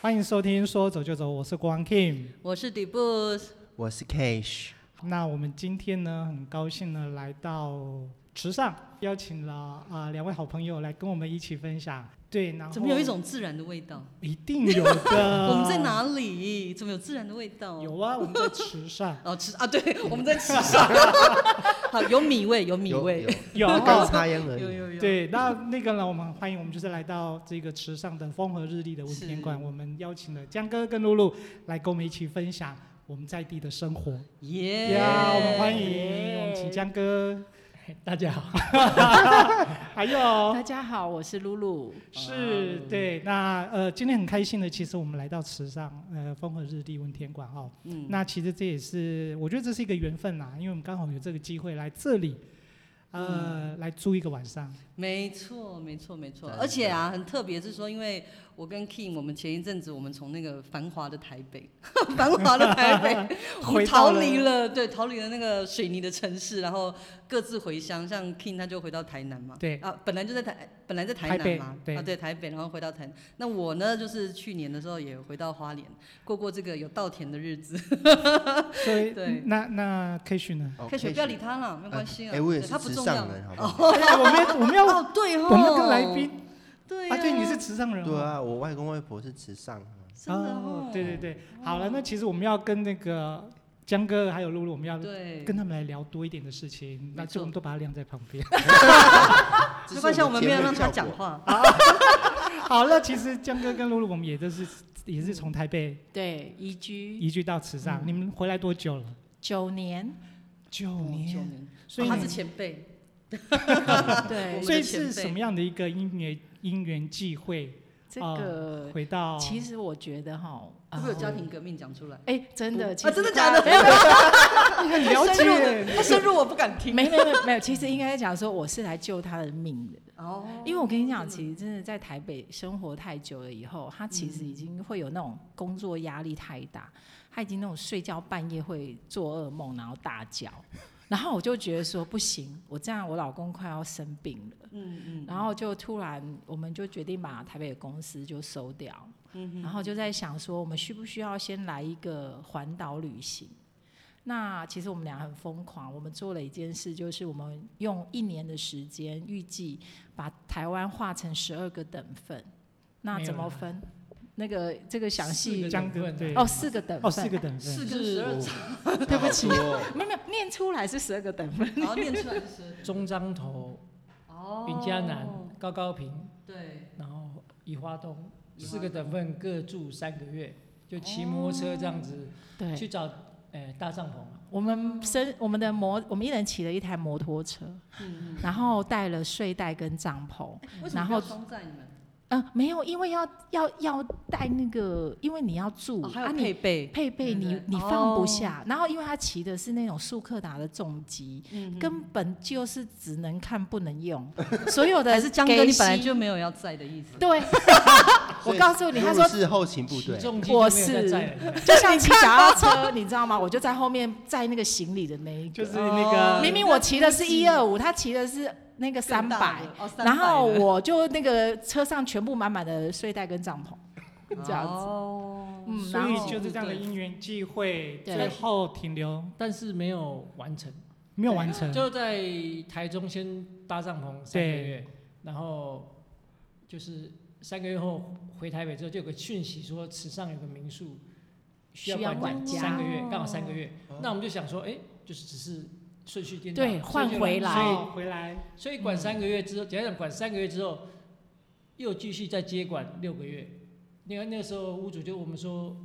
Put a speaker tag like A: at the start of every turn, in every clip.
A: 欢迎收听《说走就走》，我是国王 Kim。
B: 我是底部，
C: 我是 Cash，
A: 那我们今天呢，很高兴呢来到池上，邀请了啊、两位好朋友来跟我们一起分享。对，然后
B: 怎么有一种自然的味道？
A: 一定有的。
B: 我们在？哪里？怎么有自然的味道？。
A: 有啊，我们在池上
B: 哦，吃啊，对，我们在 吃上，好，有米味， 有米
C: 有
B: 味
C: 有，
A: 有啊。
C: 刚插烟而
B: 有
C: 已。
B: 有有，
A: 对，那那个呢，我们欢迎我们就是来到这个池上的风和日丽的文天馆，
B: 是
A: 我们邀请了江哥跟露露来跟我们一起分享我们在地的生活。
B: 耶
A: 呀，我们欢迎，我们请江哥，
D: 大家好，
A: 还有
D: 大家好，我是露露。
A: 是对，那呃，今天很开心的，其实我们来到池上，呃，风和日丽温天馆哦。
B: 嗯
A: 那其实这也是，我觉得这是一个缘分啦，因为我们刚好有这个机会来这里，
D: 嗯
A: 呃，来住一个晚上。
B: 没错，没错，没错。
C: 对
B: 而且啊，很特别是说，因为我跟 King，我们前一阵子我们从那个繁华的台北， 繁华的台 北，我
A: 回
B: 们
A: 到
B: 逃
A: 了
B: 离了，对，逃离了那个水泥的城市，然后各自回乡。像 King 他就回到台南嘛，
A: 对
B: 啊，本来就在台，本来在
A: 台
B: 台
A: 北
B: 南嘛，
A: 对
B: 啊，对，台北，然后回到台南。那我呢，就是去年的时候也回到花莲，过过这个有稻田的日子。
A: 所以
B: 对
A: 那那 K 训 呢？
C: 哦
B: 开学不要理他了，没关系啊，
C: 哎我也
B: 对
C: 是
B: 他不
C: 时
B: 重要
C: 尚。人，好不好？
B: 哦，
A: 哎我们我们要
B: 哦，对哦，
A: 我们要跟来宾，
B: 对
A: 啊，对，
B: 呀
A: 你是池上人
C: 对
A: 哦。
C: 啊，我外公外婆是慈善啊，
B: 真的哦，
A: 对对对，好了，那其实我们要跟那个江哥还有露露，我们要
B: 对，
A: 跟他们来聊多一点的事情，那
B: 没
A: 就
B: 错
A: 我们都把它晾在旁边。
B: 没
C: 这是
B: 关系，啊我们没有
C: 节目
B: 让他
C: 效
B: 讲
C: 果。
B: 话。
A: 好了，其实江哥跟露露，我们也都是 也是从台北
D: 对，移居
A: 移居到池上，你们回来多久了？
D: 九年，
A: 九
B: 救命
A: 哦所以
B: 哦他
A: 你
B: 是前辈，我
D: 对
B: 们，
A: 所以
B: 的前
A: 是
B: 辈
A: 什么样的一个因缘因缘际会
D: 这个
A: 回到？
D: 其实我觉得哈，呃
B: 会不会有家庭革命讲出来？
D: 哎，真的，
B: 啊
D: 其实
B: 哦真的
D: 他
B: 假的
D: 没有
A: 你很了
B: 太深入了
A: 解，
B: 太深入我不敢听。
D: 没有没有没有没有，其实应该讲说我是来救他的命的，
B: 哦，
D: 因为我跟你讲，其实真的在台北生活太久了以后，他其实已经会有那种工作压力太大，他已经那种睡觉半夜会做噩梦，然后大叫，然后我就觉得说不行，我这样我老公快要生病了。
B: 嗯嗯，
D: 然后就突然，我们就决定把台北的公司就收掉，
B: 嗯
D: 然后就在想说，我们需不需要先来一个环岛旅行？那其实我们俩很疯狂，我们做了一件事，就是我们用一年的时间，预计把台湾划成十二个等份。那
A: 没有
D: 怎么
A: 啦
D: 分？那个这个详
A: 是
D: 细
A: 江哥对
D: 哦，四个等
A: 哦
D: 份
A: 四个等
B: 四
A: 分，
B: 跟十二，
C: 对不起，
D: 没有没有念出来是十二个等份，
B: 嗯然后念出来就是
E: 中彰投、
B: 哦，
E: 云嘉南、高高平，
B: 对，
E: 然后宜花东
B: 宜花东
E: 四个等份各住三个月，就骑摩托车这样子、
D: 哦对，
E: 去找呃大帐篷啊。
D: 我们身我们的摩，我们一人骑了一台摩托车，
B: 嗯
D: 然后带了睡袋跟帐篷。
B: 嗯，为什么
D: 然
B: 不要
D: 后
B: 双载你们？
D: 呃，没有，因为要要要带那个，因为你要住、
B: 哦还
D: 啊
B: 有
D: 你
B: 配备，
D: 配
B: 对
D: 备你
B: 对哦
D: 你放不下。然后因为他骑的是那种速克达的重机，
B: 嗯
D: 根本就是只能看不能用， 所有的
B: 还是江哥，
D: 给
B: 你本来
D: 息
B: 就没有要载的意思。
D: 对， 我告诉你，他说
C: 是后勤部队
E: 起，重机
D: 我
E: 就没有再
D: 是
E: 载了。
D: 就 像骑脚踏
B: 哦
D: 车，你知道吗？我就在后面载那个行李的那一
A: 就
D: 个
A: 是。那
B: 呃
A: 个
D: 明明我骑的是一二五，他骑的是那个三
B: 更大
D: 百
B: 的，，哦
D: 然后我就那个车上全部满满的睡袋跟帐篷，这样子。
B: 子
D: 嗯
A: 所
D: 然
A: 以
D: 后
A: 就是这样的因缘际会，
D: 对
A: 最后停留
E: 但是没有完成，
A: 没有完成。
E: 就在台中先搭帐篷三个月，然后就是三个月后回台北之后，就有个讯息说池上有个民宿需
D: 需要
E: 要管
D: 管家
E: 三个月，刚好三个月。
C: 哦
E: 那我们就想说，哎、就是只是顺序颠倒，
D: 对，换回
A: 所
D: 来。嗯
A: 以回来
E: 所以管三个月之后，简单讲，管三个月之后，又继续再接管六个月。你看那个时候屋主就我们说，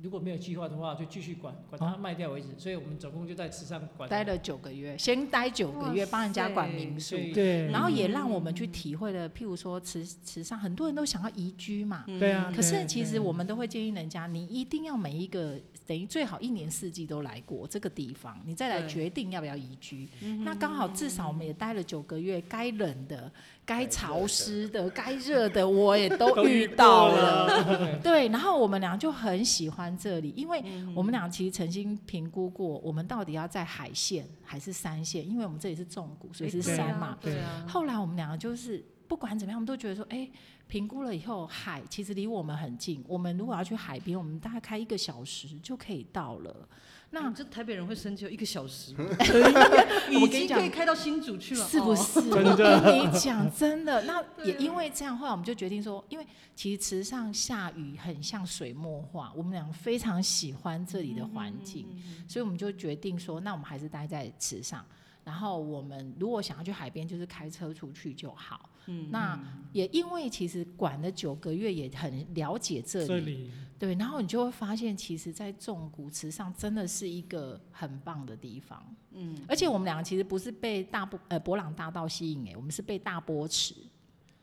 E: 如果没有计划的话，就继续管，管它卖掉为止。所以我们总共就在池上管
D: 待啊了九个月，先待九个月，
B: 哇
D: 帮人家管
B: 塞
D: 民宿
E: 所，以
A: 对
D: 然后也让我们去体会了，譬如说池池上很多人都想要宜居嘛，
E: 嗯
A: 对啊
D: 嗯
A: 对
D: 可是其实
A: 对
D: 我们都会建议人家，你一定要每一个等于最好一年四季都来过这个地方，你再来
B: 对
D: 决定要不要宜居。
B: 嗯
D: 那刚好至少我们也待了九个月，该冷的、该潮湿的、该热的，我也都
A: 都遇
D: 遇
A: 过
D: 到
A: 了
D: 了。对，然后我们俩就
B: 嗯
D: 很喜欢这里，因为我们俩其实曾经评估过，我们到底要在海线还是山线，因为我们这里是重谷，所以是
A: 对啊
D: 山嘛。
B: 对啊，
D: 后来我们两个就是不管怎么样，我们都觉得说，哎、评估了以后，海其实离我们很近。我们如果要去海边，我们大概开一个小时就可以到了。那
B: 那这台北人会生气，一个小 时，
D: 我
B: 已
D: 跟你
B: 经
D: 讲
B: 可以开到新竹去了，
D: 是不
B: 哦？
D: 是？
A: 真
D: 我
A: 的
D: 跟你讲，真 的。那
B: 对
D: 也
B: 啊
D: 因为这样，后来我们就决定说，因为其实池上下雨很像水墨画，我们俩非常喜欢这里
B: 嗯
D: 的环境，所以我们就决定说，那我们还是待在池上。然后我们如果想要去海边，就是开车出去就好。
B: 嗯
D: 那也因为其实管了九个月，也很了解这里，
A: 这里
D: 对。然后你就会发现，其实，在纵谷池上真的是一个很棒的地方。
B: 嗯，
D: 而且我们两个其实不是被大波呃博朗大道吸引哎，我们是被大波池。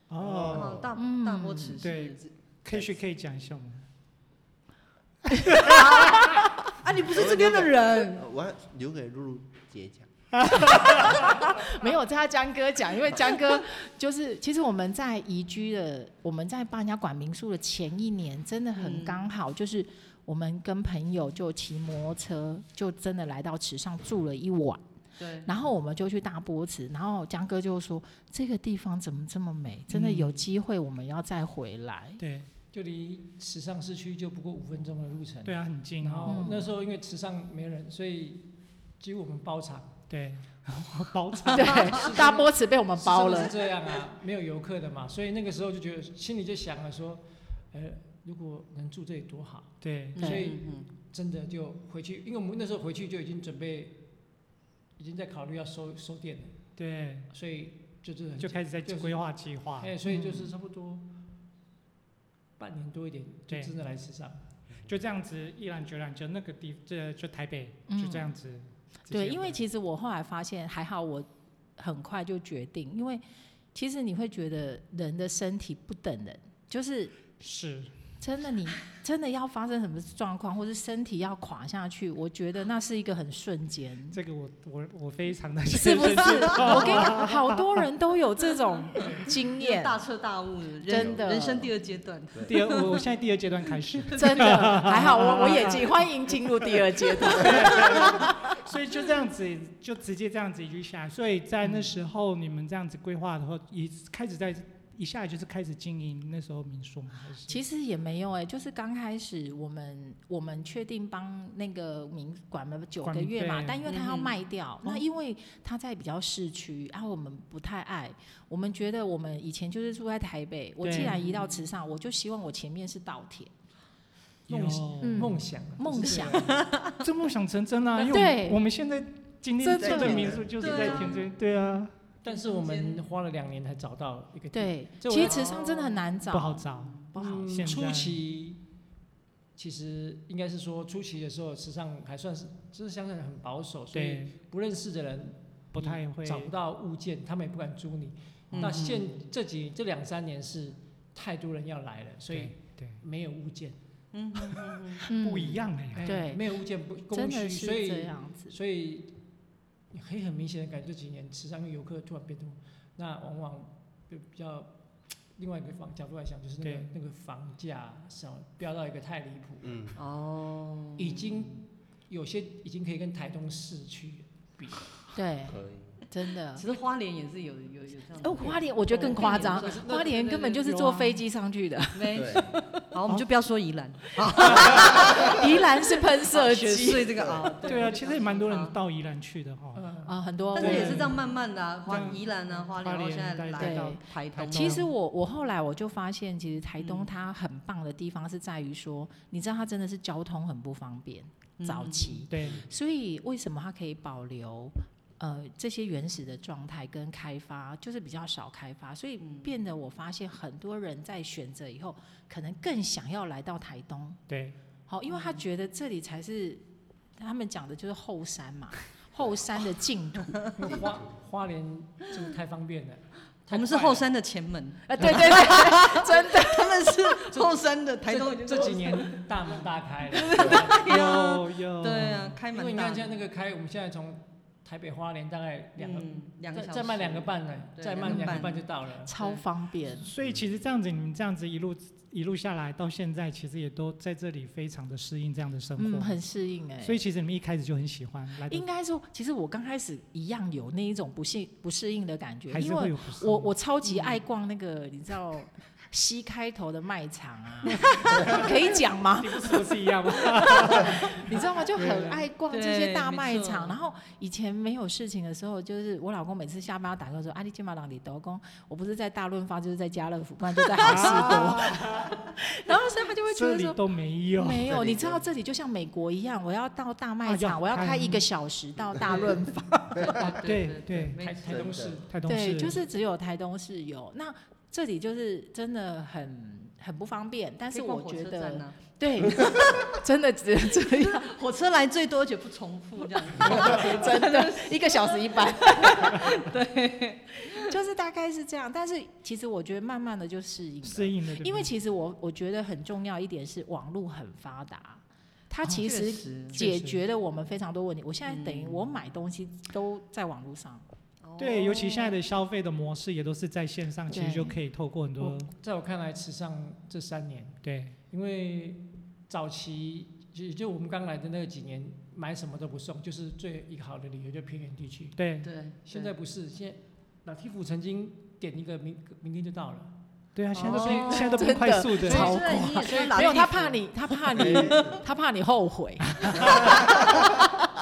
B: 哦
A: 哦，
B: 大
D: 嗯
B: 大波池
A: 对
B: 是
A: 可以去可以讲一下吗？
B: 啊，你不是这边的人，
C: 呃我要留给露露姐讲。
D: 没有，这要江哥讲，因为江哥就是其实我们在移居的，我们在帮人家管民宿的前一年，真的很
B: 嗯
D: 刚好，就是我们跟朋友就骑摩托车，就真的来到池上住了一晚，
B: 对，
D: 然后我们就去大波池，然后江哥就说这个地方怎么这么美，真的有机会我们要再回来。
A: 对
E: 就离池上市区就不过五分钟的路程。
A: 对啊，很近
E: 然
A: 哦。
E: 后
D: 嗯
E: 那时候因为池上没人，所以几乎我们包
D: 嗯
E: 场。
A: 对， 包场
D: 对，大波池被我们包
E: 池上
D: 了
E: 是。这样啊，没有游客的嘛，所以那个时候就觉得心里就想了说，呃，如果能住这里多好。
A: 对
D: 对
E: 所以
B: 嗯嗯
E: 真的就回去，因为我们那时候回去就已经准备，已经在考虑要收收店了，
A: 对，
E: 所以就是很
A: 就开始在
E: 就是
A: 规划计划嗯
E: 哎、。所以就是差不多半年多一点，就
A: 对
E: 真的来吃上。
A: 就这样子毅然决然，就那个地，这就台北，就这样子直接回来。
D: 嗯对，因为其实我后来发现，还好我很快就决定，因为其实你会觉得人的身体不等人，就是
A: 是
D: 真的你真的要发生什么状况，或是身体要垮下去，我觉得那是一个很瞬间，
A: 这个我，我我非常的
D: 是不是？我跟你讲，好多人都有这种经
B: 你有
D: 验。
B: 大彻大悟了，人
D: 真的
B: 人生第二阶段，
A: 第二，我我现在第二阶段开始，
D: 真的还好我，我也进欢迎进入第二阶段。
A: 所以就这样子，就直接这样子一句下来。所以在那时候，你们这样子规划的话，一开始在一下来就是开始经营那时候民宿吗？还是
D: 其实也没有哎、就是刚开始我们我们确定帮那个民管了九
A: 管
D: 个月嘛
A: 对，
D: 但因为他要
B: 嗯哼
D: 卖掉，那
A: 哦
D: 因为他在比较市区，啊，我们不太爱，我们觉得我们以前就是住在台北，我既
A: 对
D: 然移到池上，我就希望我前面是稻田，
E: 梦想
A: 有
D: 嗯
E: 梦想啊，
D: 梦想
E: 就是这样
A: 这梦想成真啦、啊因为我
D: 对
A: 们我们现在今天
D: 真
A: 住
C: 的
A: 的民宿就是在田间，对啊，
E: 但是我们花了两年才找到一个地，
D: 对，
E: 这我
D: 其实
E: 要
D: 池上真的很难
A: 不好
D: 找，
A: 找，
D: 不好
E: 嗯
A: 现在
E: 初期其实应该是说初期的时候，池上还算是就是相对很保守，所以
A: 对，
E: 不认识的人
A: 不太会
E: 找不到物件，他们也不敢租你。
B: 嗯
E: 那现这几这两三年是太多人要来了，所以
A: 对对
E: 没有物件，
B: 嗯嗯嗯
D: 嗯
A: 不一样哎、
E: 哎
D: 对
E: 没有物件不供
D: 真
E: 需，
D: 的是
E: 所
D: 这
E: 以
D: 样子，
E: 所以你可以很明显的感觉这几年池上的游客突然变多，那往往就比较另外一个方角度来想，就是那个
A: 对
E: 那个房价啊上飙到一个太离谱，
C: 嗯，
B: 嗯哦，
E: 已经有些已经可以跟台东市区比了，
D: 对，
C: 可以。
D: 真的
B: 其。实花莲也是有有有这样的
D: 哦，花莲我觉得更夸张
B: 花莲也，是
D: 花莲根本就是坐飞机上去的，
B: 没
C: 对，
B: 好，我们就不要说宜兰，
D: 宜兰是喷射
B: 学
D: 机
B: 税这个啊，
A: 对啊，其实也蛮多
B: 好
A: 人到宜兰去的哦哈、
E: 嗯，
D: 啊，很多。
B: 但是
D: 我
B: 也是这样慢慢的啊，花
A: 对
B: 宜兰啊，花
A: 花莲
B: 莲，然后现在来
D: 对
B: 到台东，
D: 其实我我后来我就发现，其实台
B: 嗯
D: 东它很棒的地方是在于说，你知道它真的是交通很不方便，
B: 嗯
D: 早期，
A: 对
D: 所以为什么它可以保留呃这些原始的状态跟开发，就是比较少开发，所以
B: 嗯
D: 变得我发现很多人在选择以后，可能更想要来到台东，
A: 对
D: 好，因为他觉得这里才是他们讲的就是后山嘛，后山的净 土，
E: 花花莲真的太方便了，
B: 我们是
E: 太快
B: 后
E: 了
B: 山的 前门，
D: 啊，对对对， 真的。
B: 他们是后山的台东已
E: 这
B: 经
E: 这
B: 是
E: 几年大门大开了，
B: 后山对啊，
A: 有有
B: 对啊，开
E: 哦因为
B: 门
E: 你
B: 大
E: 看，现在那个开，我们现在从台北花莲大概两个，
B: 嗯两个
E: 再
B: 小时，
E: 再慢两个半呢，
B: 对
E: 再
B: 两
E: 慢
B: 个
E: 两个
B: 半
E: 半就到了。
D: 超方便。
A: 所以其实这样子，你们这样子一路一路下来，到现在其实也都在这里非常的适应这样的生活。
D: 嗯，很适应哎、
A: 所以其实你们一开始就很喜欢来的
D: 应，该说，其实我刚开始一样有那一种不适不适应的感觉，
A: 还
D: 因
A: 是会
D: 为
A: 有不适应
D: 我我超级爱逛那
E: 嗯
D: 个、你知道西开头的卖场啊， 可以讲
E: 啊
D: 吗？
A: 你不是不是 一样吗？
E: 哦
D: 你知道吗？就
A: 对
D: 很爱逛这些大卖
B: 对没
D: 场。
B: 错
D: 然后以前没有事情的时候，就是我老公每次下班要打电话说：“啊阿丽金马朗里德公，我不是在大润发，就是在家乐福，不然 就在好
E: 啊
D: 事多。 然后所以他就会觉
A: 哦这
D: 得
A: 里
D: 说。
A: 都没有。
D: 没有，
C: 这里
D: 你知道这里就像美国一样，我要到大卖
A: 啊要
D: 场，我要
A: 开
D: 开一个小时到大润发。
A: 对
B: 对
A: 对
B: 没
E: 台
B: 错
E: 台东市
C: 真的
A: 台东
D: 对，
A: 市
D: 就是只有台东市有。那这里就是真的很很不方便，但
B: 可以
D: 是
B: 逛
D: 我
B: 火
D: 觉
B: 车
D: 得
B: 站啊
D: 对， 真的只能这 样。
B: 火车来最多而且不重复这样子。
D: 真的一个小时一班， 对，就是大概是这样。但是其实我觉得慢慢的就适应了，
A: 适应的，对不对
D: 因为其实我我觉得很重要一点是网络很发达，它
A: 哦
D: 其
B: 确
D: 实
B: 实
D: 解
A: 确实
D: 决了我们非常多问题。我现在等于
B: 嗯
D: 我买东西都在网络上，
A: 对，尤其现在的消费的模式也都是在线上，其实
D: 对
A: 就可以透过很多
E: 在我看来，池上这三年，
A: 对
E: 因为早期就就我们刚来的那几年，买什么都不送，就是最一个好的理由就偏远地区。
A: 对
B: 对，
E: 现在不是，现在老提府曾经点一个明明天就到了，
A: 对啊，现在都
B: 哦
A: 不现在 都不快速的
D: 真，的
B: 所以虽然你也说哪
D: 没有
B: 里哎
D: 他
B: 服
D: 怕你，他怕你，他怕你 后悔。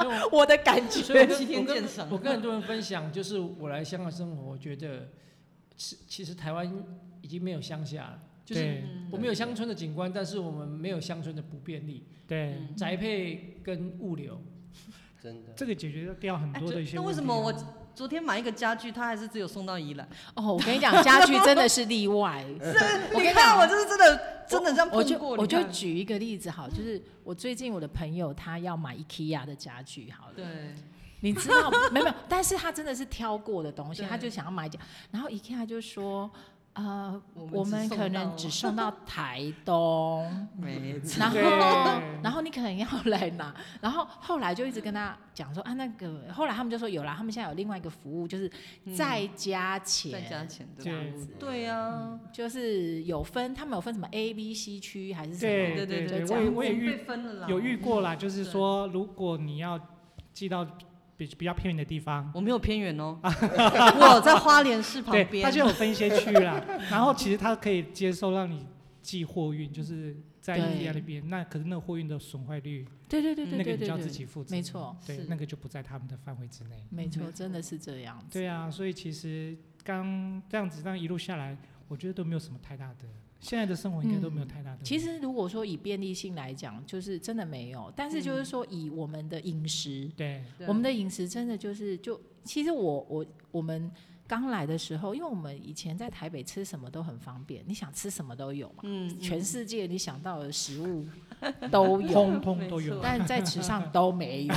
E: 所以我
D: 我的感觉
E: 所以我
B: 七
E: 跟
B: 天
E: 我
B: 鉴
E: 跟
B: 赏
E: 我跟很多人分享，就是我来香港生活，我觉得其其实台湾已经没有乡下了，就是
A: 对
B: 嗯
E: 我们有乡村的景观，但是我们没有乡村的不便利，
A: 对，
B: 嗯
E: 宅配跟物流。
C: 真的。
A: 这个解决掉很
B: 哎
A: 多的一些
B: 那为
A: 问
B: 什
A: 题
B: 么
A: 啊
B: 我昨天买一个家具，它还是只有送到宜兰？
D: 哦，我跟你讲，家具真的是例外。我跟
B: 你
D: 你
B: 看，
D: 讲
B: 我就是真的 真的这样
D: 我
B: 碰
D: 就
B: 过，
D: 我
B: 你
D: 就
B: 看
D: 举一个例子好，就是我最近我的朋友他要买 IKEA 的家具好了，
B: 对，
D: 你知道没有没有？但是他真的是挑过的东西，
B: 对
D: 他就想要买家，然后 IKEA 就说。呃，
B: 我们
D: 我
B: 只
D: 们
B: 送
D: 可
B: 到
D: 能只送到台东，
B: 没
D: 然后
A: 对
D: 然后你可能要来拿，然后后来就一直跟他讲说啊，那个后来他们就说有啦，他们现在有另外一个服务，就是再加钱，
B: 再嗯加钱
A: 这
B: 对吧？
A: 样
D: 子
B: 对啊呀，
D: 就是有分，他们有分什么 A、B、C 区还是什么？
A: 对
B: 对对
A: 对，我也
D: 嗯对这样
A: 我也遇
B: 被分了啦，
A: 有遇过啦，就是
B: 嗯对
A: 说如果你要寄到比比较偏远的地方。
B: 我没有偏远哦，我在花莲市旁
A: 对，
B: 边，
A: 它就有分一些区 啦。然后其实它可以接受让你寄货运，就是在
D: 对
A: 印尼那边。那可是那个货运的损坏率，
D: 对对对对
A: 那个
D: 对
A: 你
D: 对
A: 就要
D: 对
A: 自，己负责。
D: 没，错，
A: 对
B: 是，
A: 那个就不在他们的范围之内。
D: 没
B: 没
D: 错，
B: 错
D: 真的是这样子。
A: 对啊，所以其实刚这样子这样一路下来，我觉得都没有什么太大的，现在的生活应该都没有太大的问题。
D: 其实如果说以便利性来讲，就是真的没有，但是
B: 嗯
D: 就是说以我们的饮食，
A: 对
B: 对
D: 我们的饮食真的就是就其实我我我们刚来的时候，因为我们以前在台北吃什么都很方便，你想吃什么都有嘛，
B: 嗯
D: 全世界你想到的食物都 有。
A: 通通都有
B: 没。错
D: 但在池上都 没有，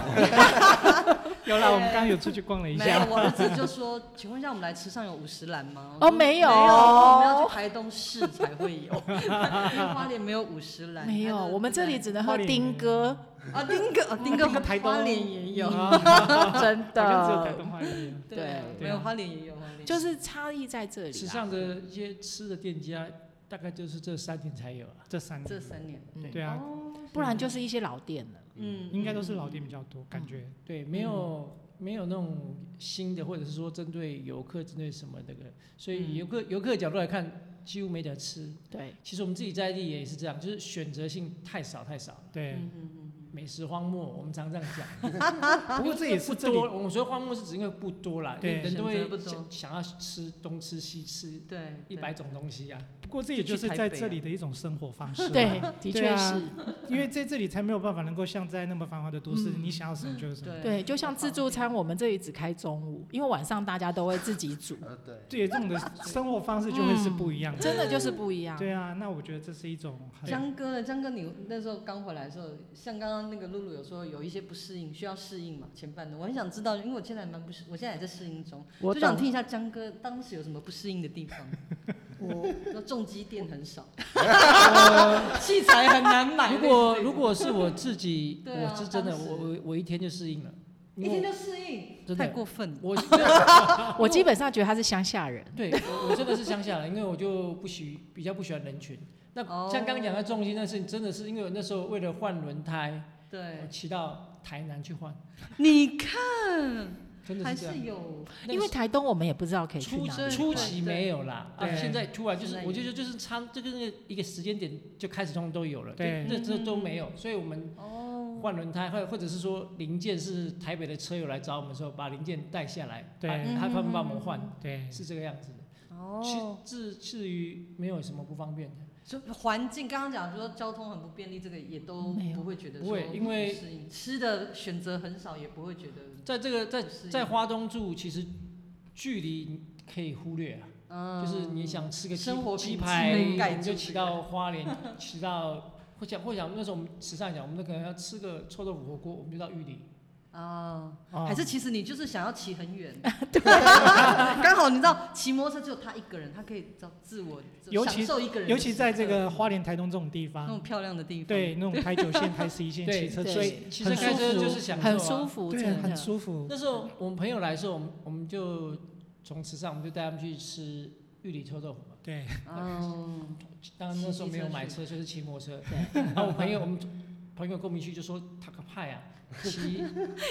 A: 有啦，我们刚刚有出去逛了一
B: 没有
A: 下，，
B: 我儿子就说：“请问一下，我们来吃上有五十兰吗？”
D: 哦
B: 我说
D: 没有
B: 没有，我们要去台东市才会 有，因为花莲没有五十兰。
D: 没有，
B: 他就
D: 我们这里只能喝
A: 花莲也
D: 丁
A: 没有
D: 哥，
B: 啊，丁哥， 哦丁哥
A: 丁哥台东
B: 花莲也有，
D: 真
A: 好像只有台
D: 的。
A: 东花园。
D: 嗯对
B: 没有花莲也有，花莲
D: 就是差异在这里啦。啊
E: 时尚的一些吃的店家，大概就是这三年才有啊。
A: 这三
B: 这
A: 年，
B: 三年，
D: 嗯
A: 对啊，
D: 不然就是一些老店了。
B: 嗯，
A: 应该都是老店比较多，感觉。
E: 对，没有、没有那种新的，或者是说针对游客、针对什么那个，所以
B: 嗯
E: 游客游客的角度来看，几乎没得吃。
A: 嗯
D: 对，
E: 其实我们自己在地也是这样，就是选择性太少太少了，
A: 对，
B: 嗯嗯嗯
E: 美食荒漠，我们常这样讲。
A: 不过这也是
E: 不
A: 这里
E: 多，我们说荒漠是指因为不多啦，因
A: 对
E: 为人都
B: 选择不
E: 会
B: 多
E: 想想要吃东吃西吃
B: 嗯，对，
E: 一百种东西啊。
A: 不过这也就是在这里的一种生活方 式。
D: 对，的
A: 对
D: 确
A: 啊
D: 是，
A: 因为在这里才没有办法能够像在那么繁华的都市，
D: 嗯
A: 你想要什么就是什么。
B: 对
D: 对，就像自助餐，我们这里只开中午，因为晚上大家都会自己煮，
C: 呃，对，
A: 对，这种的生活方式就会是不一样的。
D: 真的就是不一样。
A: 对啊，那我觉得这是一种
E: 哎
A: 很
B: 江哥呢？江哥，你那时候刚回来的时候，像刚刚那个露露有说有一些不适应，需要适应嘛？前半段，我很想知道，因为我现在还蛮不适，我现在也在适应中，
D: 我
B: 就想
D: 懂
B: 听一下江哥当时有什么不适应的地方。我说重机店很少，
E: 呃
B: 器材很难买。
E: 如果如果是我自己，
B: 对啊
E: 我是真的，
B: 当时
E: 我我我一天就适应了。
B: 一天就适应，
E: 真
B: 太
E: 的，
B: 过分了。
E: 我
D: 我基本上觉得他是乡下人，
E: 对我我真的是乡下人，因为我就不喜比较不喜欢人群。那
B: 哦
E: 像刚刚讲的重心那事情，真的是因为我那时候为了换轮胎，我
B: 对，
E: 骑到台南去换，
B: 你看
E: 真的
B: 还
E: 是这样
B: 是。有，
E: 那个
D: 因为台东我们也不知道可以去
E: 初
D: 哪
E: 期
D: 里。
E: 初 期没有啦，
A: 对
E: 啊，
A: 对
E: 现在突然就是
B: 现在，有
E: 我觉得就是差这个那个一个时间点就开始通通都有了，就
A: 对
E: 那这都没有，所以我们
B: 哦，
E: 换轮胎，或或者是说零件是台北的车友来找我们的时候，把零件带下来，
A: 对
E: 把
A: 嗯
E: 他他们帮我们换，
A: 对，
E: 是这个样子的。
B: 哦，
E: 至至至于没有什么不方便的，
B: 就环境刚刚讲说交通很不便利，这个也都
D: 没有
B: 不会觉得
E: 不会
B: 说
E: 因为
B: 适应吃的选择很少，也不会觉得
E: 在这个在
B: 不适应
E: 在花东住，其实距离可以忽略啊，
B: 嗯，
E: 就是你想吃个鸡
B: 生活
E: 鸡
B: 品质
E: 排，
B: 被
E: 你
B: 盖
E: 就
B: 住
E: 骑
B: 这
E: 到花莲，骑到或想或想那时候我们时尚讲，我们可能要吃个臭豆腐火锅，我们就到玉里。
B: 啊，
A: 哦
B: 还是其实你就是想要骑很远， 对，刚好你知道骑摩托车只有他一个人，他可以找自我
A: 尤
B: 享
A: 其
B: 受一个人的时刻，
A: 尤其在这个花莲、台东这种地
B: 那
A: 方
B: 种，漂亮的地方，
A: 对，那种台九线、台十一线骑
E: 对，
A: 车，
E: 所
A: 所以
E: 以骑车
A: 很
E: 开车
A: 舒服
E: 就是享受、啊，
D: 很舒服，
A: 对，
D: 真
A: 很
D: 的。
A: 舒服。
E: 那时候我们朋友来的时候，我们我们就从池上，我们就带他们去吃玉里臭豆腐嘛。
A: 对，
B: 嗯，
E: 当然那时候没有买车，就是骑摩托车。然后我朋友，我们朋友跟我们去就说他个派啊，骑，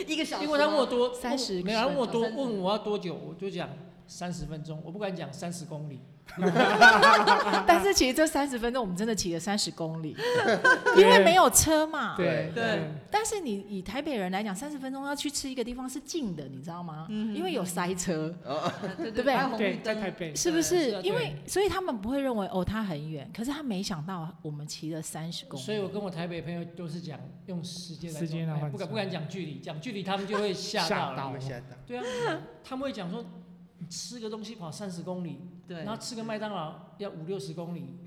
B: 一个小时，
E: 因为他问我多
D: 30
E: 没有他问我多
B: 30
E: 问我要多久，我就讲三十分钟，我不敢讲三十公里。
D: 但是其实这三十分钟我们真的骑了三十公里，因为没有车嘛。
A: 对
B: 对
D: 但是你以台北人来讲，三十分钟要去吃一个地方是近的，你知道吗？
B: 嗯
D: 因为有塞车，
B: 啊对
D: 对不对
B: 还有红绿
A: 对，在
B: 灯
A: 台北，
D: 是不是？
E: 是啊对
D: 因为所以他们不会认为哦，它很远，可是他没想到我们骑了三十公里，
E: 所以我跟我台北朋友都是讲用时间来
A: 时间来
E: 哎
A: 换
E: 不敢
A: 算
E: 不敢讲距离，讲距离他们就会吓
A: 吓
E: 到了。
A: 到
C: 他们吓到，
E: 对啊，他们会讲说你吃个东西跑三十公里，
B: 对，
E: 然后吃个麦当劳要五六十公 里，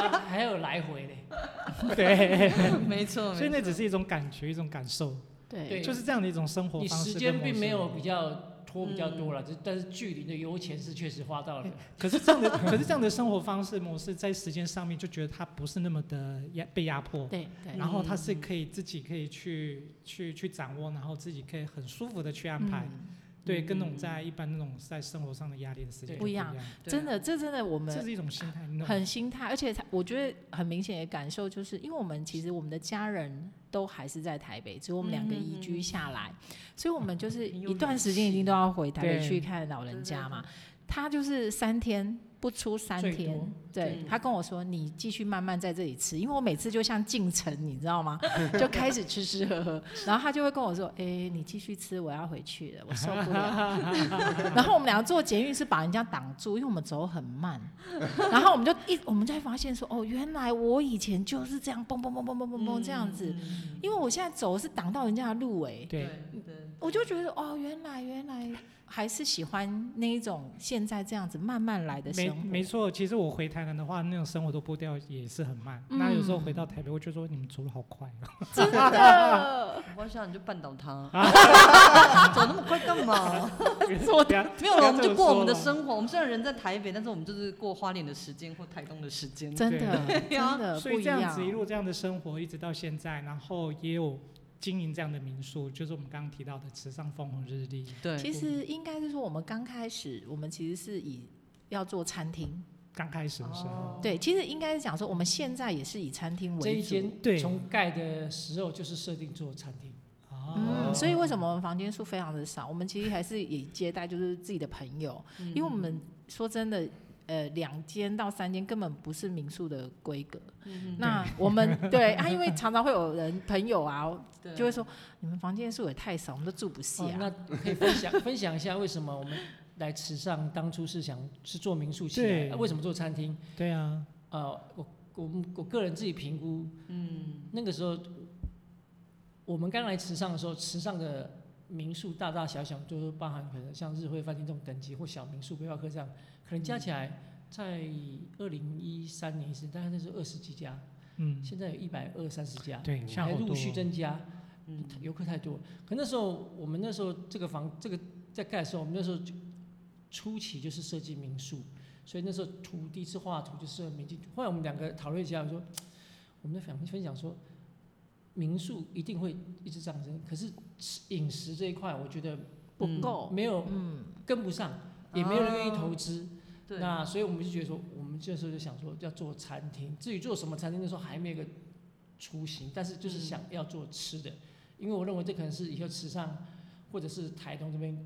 E: 然后还有来回呢。
A: 对，
B: 没错，
A: 所以那
B: 没错
A: 只是一种感觉，一种感受，
D: 对
E: 对
A: 就是这样的一种生活
E: 你
A: 方
E: 时
A: 式跟
E: 间
A: 模
E: 并
A: 式
E: 没有比较拖比较多
B: 嗯
E: 了，就但是距离的油钱是确实花到了。
A: 可是这样的， 可是这样的生活方式模式在时间上面就觉得它不是那么的压被压迫，
D: 对对
A: 然后它是可以自己可以去去去掌握，然后自己可以很舒服的去安排，
D: 嗯
A: 对，
B: 嗯
A: 跟那种在一般那种在生活上的压力的时
E: 对啊
A: 间就不一
D: 不
A: 样，
D: 真的，这真的我
A: 这
D: 们
A: 是一种心态，
E: 哦
A: 那种
D: 很心态，而且他我觉得很明显的感受就是，因为我们其实我们的家人都还是在台北，只有我们两个
B: 嗯嗯
D: 移居下来，
E: 嗯
D: 所以我们就是
B: 很有
D: 一段时间一定都要回台北
A: 对
D: 去看老人家嘛。他就是三天不出三
E: 最
D: 天
E: 多，
D: 对
B: 嗯
D: 他跟我说：“你继续慢慢在这里吃，因为我每次就像进城，你知 道吗？就开始吃吃喝喝，然后他就会跟我说：‘哎、你继续吃，我要回去了，我受不了。’然后我们两个坐捷运是把人家挡住，因为我们走很慢。 然后我们就一，我们就会发现说，哦，原来我以前就是这样蹦蹦蹦蹦蹦蹦蹦这样子，，
B: 嗯
D: 因为我现在走是挡到人家的路哎，
A: 对。
B: 对 对，
D: 我就觉得哦，原来原来还是喜欢那一种现在这样子慢慢来的
A: 没
D: 生活，
A: 没错，其实我回台南的话，那种生活的步调也是很慢。
D: 嗯
A: 那有时候回到台北，我就说你们走的好快 哦。啊
D: 真 的
B: 我想你就绊倒他， 啊走那么快干嘛？
A: 做的
B: 没有了，我们就过我们的生活。我们虽然人在台北，但是我们就是过花莲的时间或台东的时间。
D: 真的
B: 对啊
D: 真的
A: 所
D: 呃不
A: 以
D: 一
A: 这样子一
D: 样，
A: 路这样的生活一直到现在，然后也有经营这样的民宿，就是我们刚刚提到的池上枫红日历，
B: 对，
D: 其实应该是说我们刚开始，我们其实是以要做餐厅，
A: 刚开始的时候，
B: 哦
D: 对，其实应该是讲说我们现在也是以餐厅
E: 这
D: 为
E: 一
D: 主。
E: 间
A: 对
E: 从盖的时候就是设定做餐厅，
D: 嗯，
A: 哦，
D: 所以为什么我们房间数非常的少？我们其实还是以接待就是自己的朋友，
B: 嗯
E: 嗯
D: 因为我们说真的，呃，两间到三间根本不是民宿的规格。
B: 嗯
D: 那我们 对啊，因为常常会有人朋友啊，
B: 对
D: 就会说你们房间数也太少，我们都住不下。
E: 哦，那可以分享 分享一下为什么我们来池上当初是想是做民宿起来
A: 对
E: 的，为什么做餐厅？
A: 对啊，
E: 呃，我我们我个人自己评估，
B: 嗯
E: 那个时候我们刚来池上的时候，池上的民宿大大小小，就是包含可能像日辉饭店这种等级或小民宿、背包客这样，可能加起来在二零一三年是大概那是二十几家，
A: 嗯，
E: 现在有一百二三十家，
A: 对，像
E: 还
A: 好
E: 啊陆
A: 多
E: 续增加。
B: 嗯，
E: 游客太多。可那时候我们那时候这个房这个在盖的时候，我们那时候就初期就是设计民宿，所以那时候图第一次画图就设民进。后来我们两个讨论一下，我说我们在想分享说，民宿一定会一直上升，可是吃饮食这一块，我觉得
D: 不
B: 嗯
D: 够，
E: 没有
D: 嗯，
E: 跟不上，也没有人愿意
B: 哦
E: 投资。
B: 对，
E: 那所以我们就觉得说，我们这时候就想说要做餐厅，至于做什么餐厅，那时候还没有一个雏形，但是就是想要做吃的，因为我认为这可能是以后池上或者是台东这边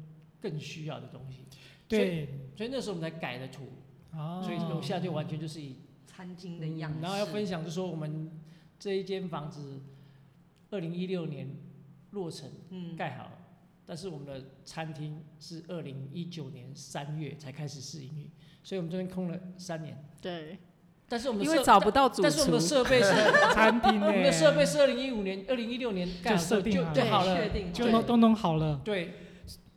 E: 更需要的东西，
A: 对，
E: 所以那时候我们才改的图，
A: 哦
E: 所以楼下就完全就是以，
B: 餐巾的样式，
E: 然后要分享就说我们这一间房子，二零一六年落成
B: 嗯，
E: 盖好了。但是我们的餐厅是二零一九年三月才开始试营运，所以我们中间空了三年。
D: 对，
E: 但是我们
D: 因为
E: 设
D: 找不到主
E: 但是我们的
D: 厨，
E: 设备是，
A: 餐厅
E: 我
A: 呢，
E: 们的设备是二零一五年、二零一六年盖好
A: 就设定
E: 就
A: 好了
E: 就好
B: 确
E: 了。
B: 定
A: 就
E: 对
A: 弄都弄好了。
E: 对，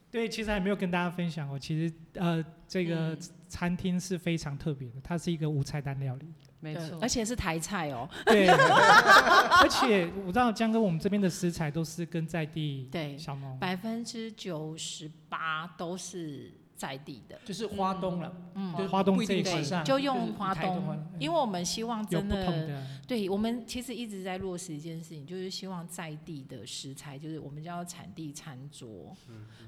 A: 对，其实还没有跟大家分享哦，其实呃，这个
B: 嗯
A: 餐厅是非常特别的，它是一个无菜单料理。
B: 没
D: 对
B: 错
D: 而，且是台菜哦，
A: 对， 而且我知道江哥，我们这边的食材都是跟在地
D: 对，
A: 小农
D: 百分之九十八都是在地的，
E: 就是花东了，
D: 嗯
E: 就，
A: 啊花东
E: 不一定
A: 这一
E: 是
A: 块
E: 上
D: 对，就用花
E: 台东花
D: 东，因为我们希望
A: 有
D: 真
A: 不同
D: 的，
A: 的
D: 对我们其实一直在落实一件事情，就是希望在地的食材，就是我们叫产地餐桌。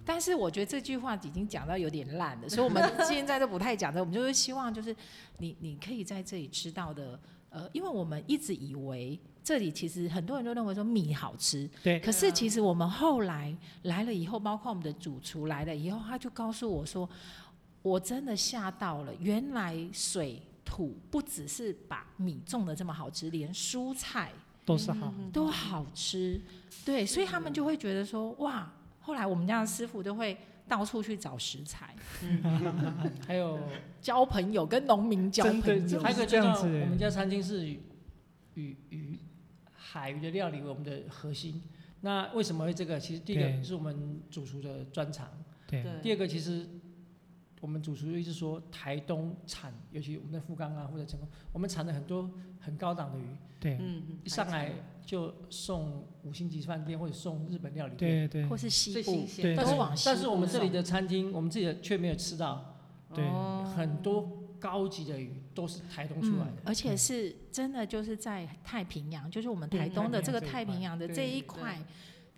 D: 但是我觉得这句话已经讲到有点烂了，所以我们现在都不太讲这，我们就是希望就是你你可以在这里吃到的，呃，因为我们一直以为这里其实很多人都认为说米好吃，
A: 对。
D: 可
B: 对
D: 是
B: 啊
D: 其实我们后来来了以后，包括我们的主厨来了以后，他就告诉我说，我真的吓到了，原来水土不只是把米种的这么好吃，连蔬菜
A: 都是好。
B: 嗯
D: 都好吃。对，所以他们就会觉得说，哇！后来我们家的师傅就会到处去找食材，
E: 还有
D: 交朋友，跟农民交
A: 真的
D: 朋友
A: 就。
E: 还有一个
A: 是
E: 最
A: 这
E: 重
A: 样
E: 要，
A: 子欸
E: 我们家餐厅是以鱼鱼海鱼的料理为我们的核心。那为什么会这个？其实第一
A: 对
E: 个是我们主厨的专长，
A: 对，
E: 第
B: 对，
E: 二个其实我们主厨一直说台东产，尤其我们在富冈啊或者成功，我们产了很多很高档的鱼，
A: 对，
B: 嗯
E: 一上来就送五星级饭店或者送日本料理店。
A: 对对
D: 或是
B: 最
D: 西
B: 新
D: 部，
A: 对
B: 鲜的，
E: 但
D: 都
E: 是
D: 往西
E: 但是我们
D: 部
E: 这里
D: 送
E: 的餐厅，我们自己的却没有吃到
A: 对
B: 哦
E: 很多高级的鱼，都是台东出
D: 嗯，
E: 来的。
D: 而且
A: 嗯
D: 是真的就是在太平洋，就是我们台
A: 嗯
D: 东的
A: 太平洋
D: 这
A: 这
D: 个
A: 一块
D: 太平洋的这
E: 对
D: 一
E: 对
D: 块。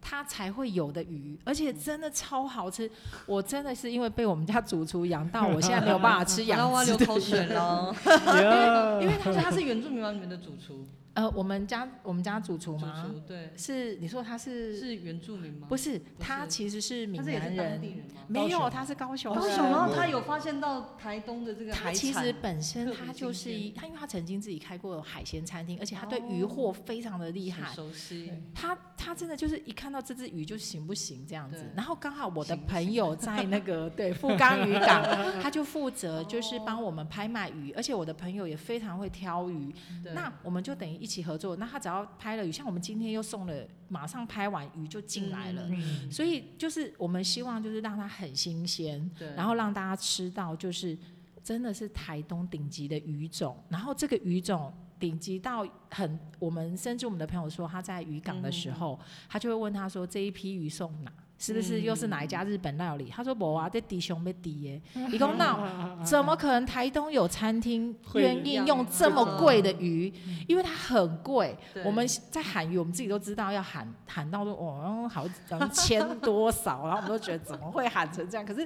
D: 它才会有的鱼，而且真的超好吃。
B: 嗯
D: 我真的是因为被我们家主厨养到，我现在没有办法 吃
B: 然后
D: 养
B: 我要
D: 殖
B: 流
D: 的。
B: 口水 了，
A: Yeah
B: 因为他说他是原住民嘛，你们的主厨，
D: 呃，我们家我们家主厨
B: 主
D: 吗
B: 厨？对，
D: 是你说他是？
B: 是原住民吗？
D: 不是，他
B: 是
D: 其实是闽
B: 他是也
D: 南
B: 是当地
D: 人。
B: 人吗？
D: 没
A: 高
D: 有，
A: 雄
D: 他是高雄
B: 高
D: 人。
B: 雄，然后他有发现到台东的这个
D: 他
B: 海
D: 其
B: 产
D: 实本身
B: 特别
D: 他就
B: 新鲜
D: 是一，他因为他曾经自己开过海鲜餐厅，而且他对鱼
B: 哦
D: 货非常的厉害
B: 很。熟悉，
D: 他他真的就是一看到这只鱼就行不行这样子
B: 对，
D: 然后刚好我的
B: 行不
D: 朋 友在那个对富冈渔港，他就负
B: 哦
D: 责就是帮我们拍卖鱼，而且我的朋友也非常会挑鱼，
B: 对
D: 那我们就等于一起合作。那他只要拍了鱼，像我们今天又送了，马上拍完鱼就进来了，
A: 嗯
D: 所以就是我们希望就是让它很新鲜，
B: 对，
D: 然后让大家吃到就是真的是台东顶级的鱼种，然后这个鱼种顶级到很，我们甚至我们的朋友说他在渔港的时候，他就会问他说这一批鱼送哪？嗯是不是又是哪一家日本料理？他说不啊，这低胸被低耶，你 讲那怎么可能台东有餐厅
A: 会
D: 愿意用这么贵的鱼？因为它很贵，
B: 对
D: 我们在喊鱼，我们自己都知道要喊喊到说哦，好好像千多少，然 后我们都觉得怎么会喊成这样？可是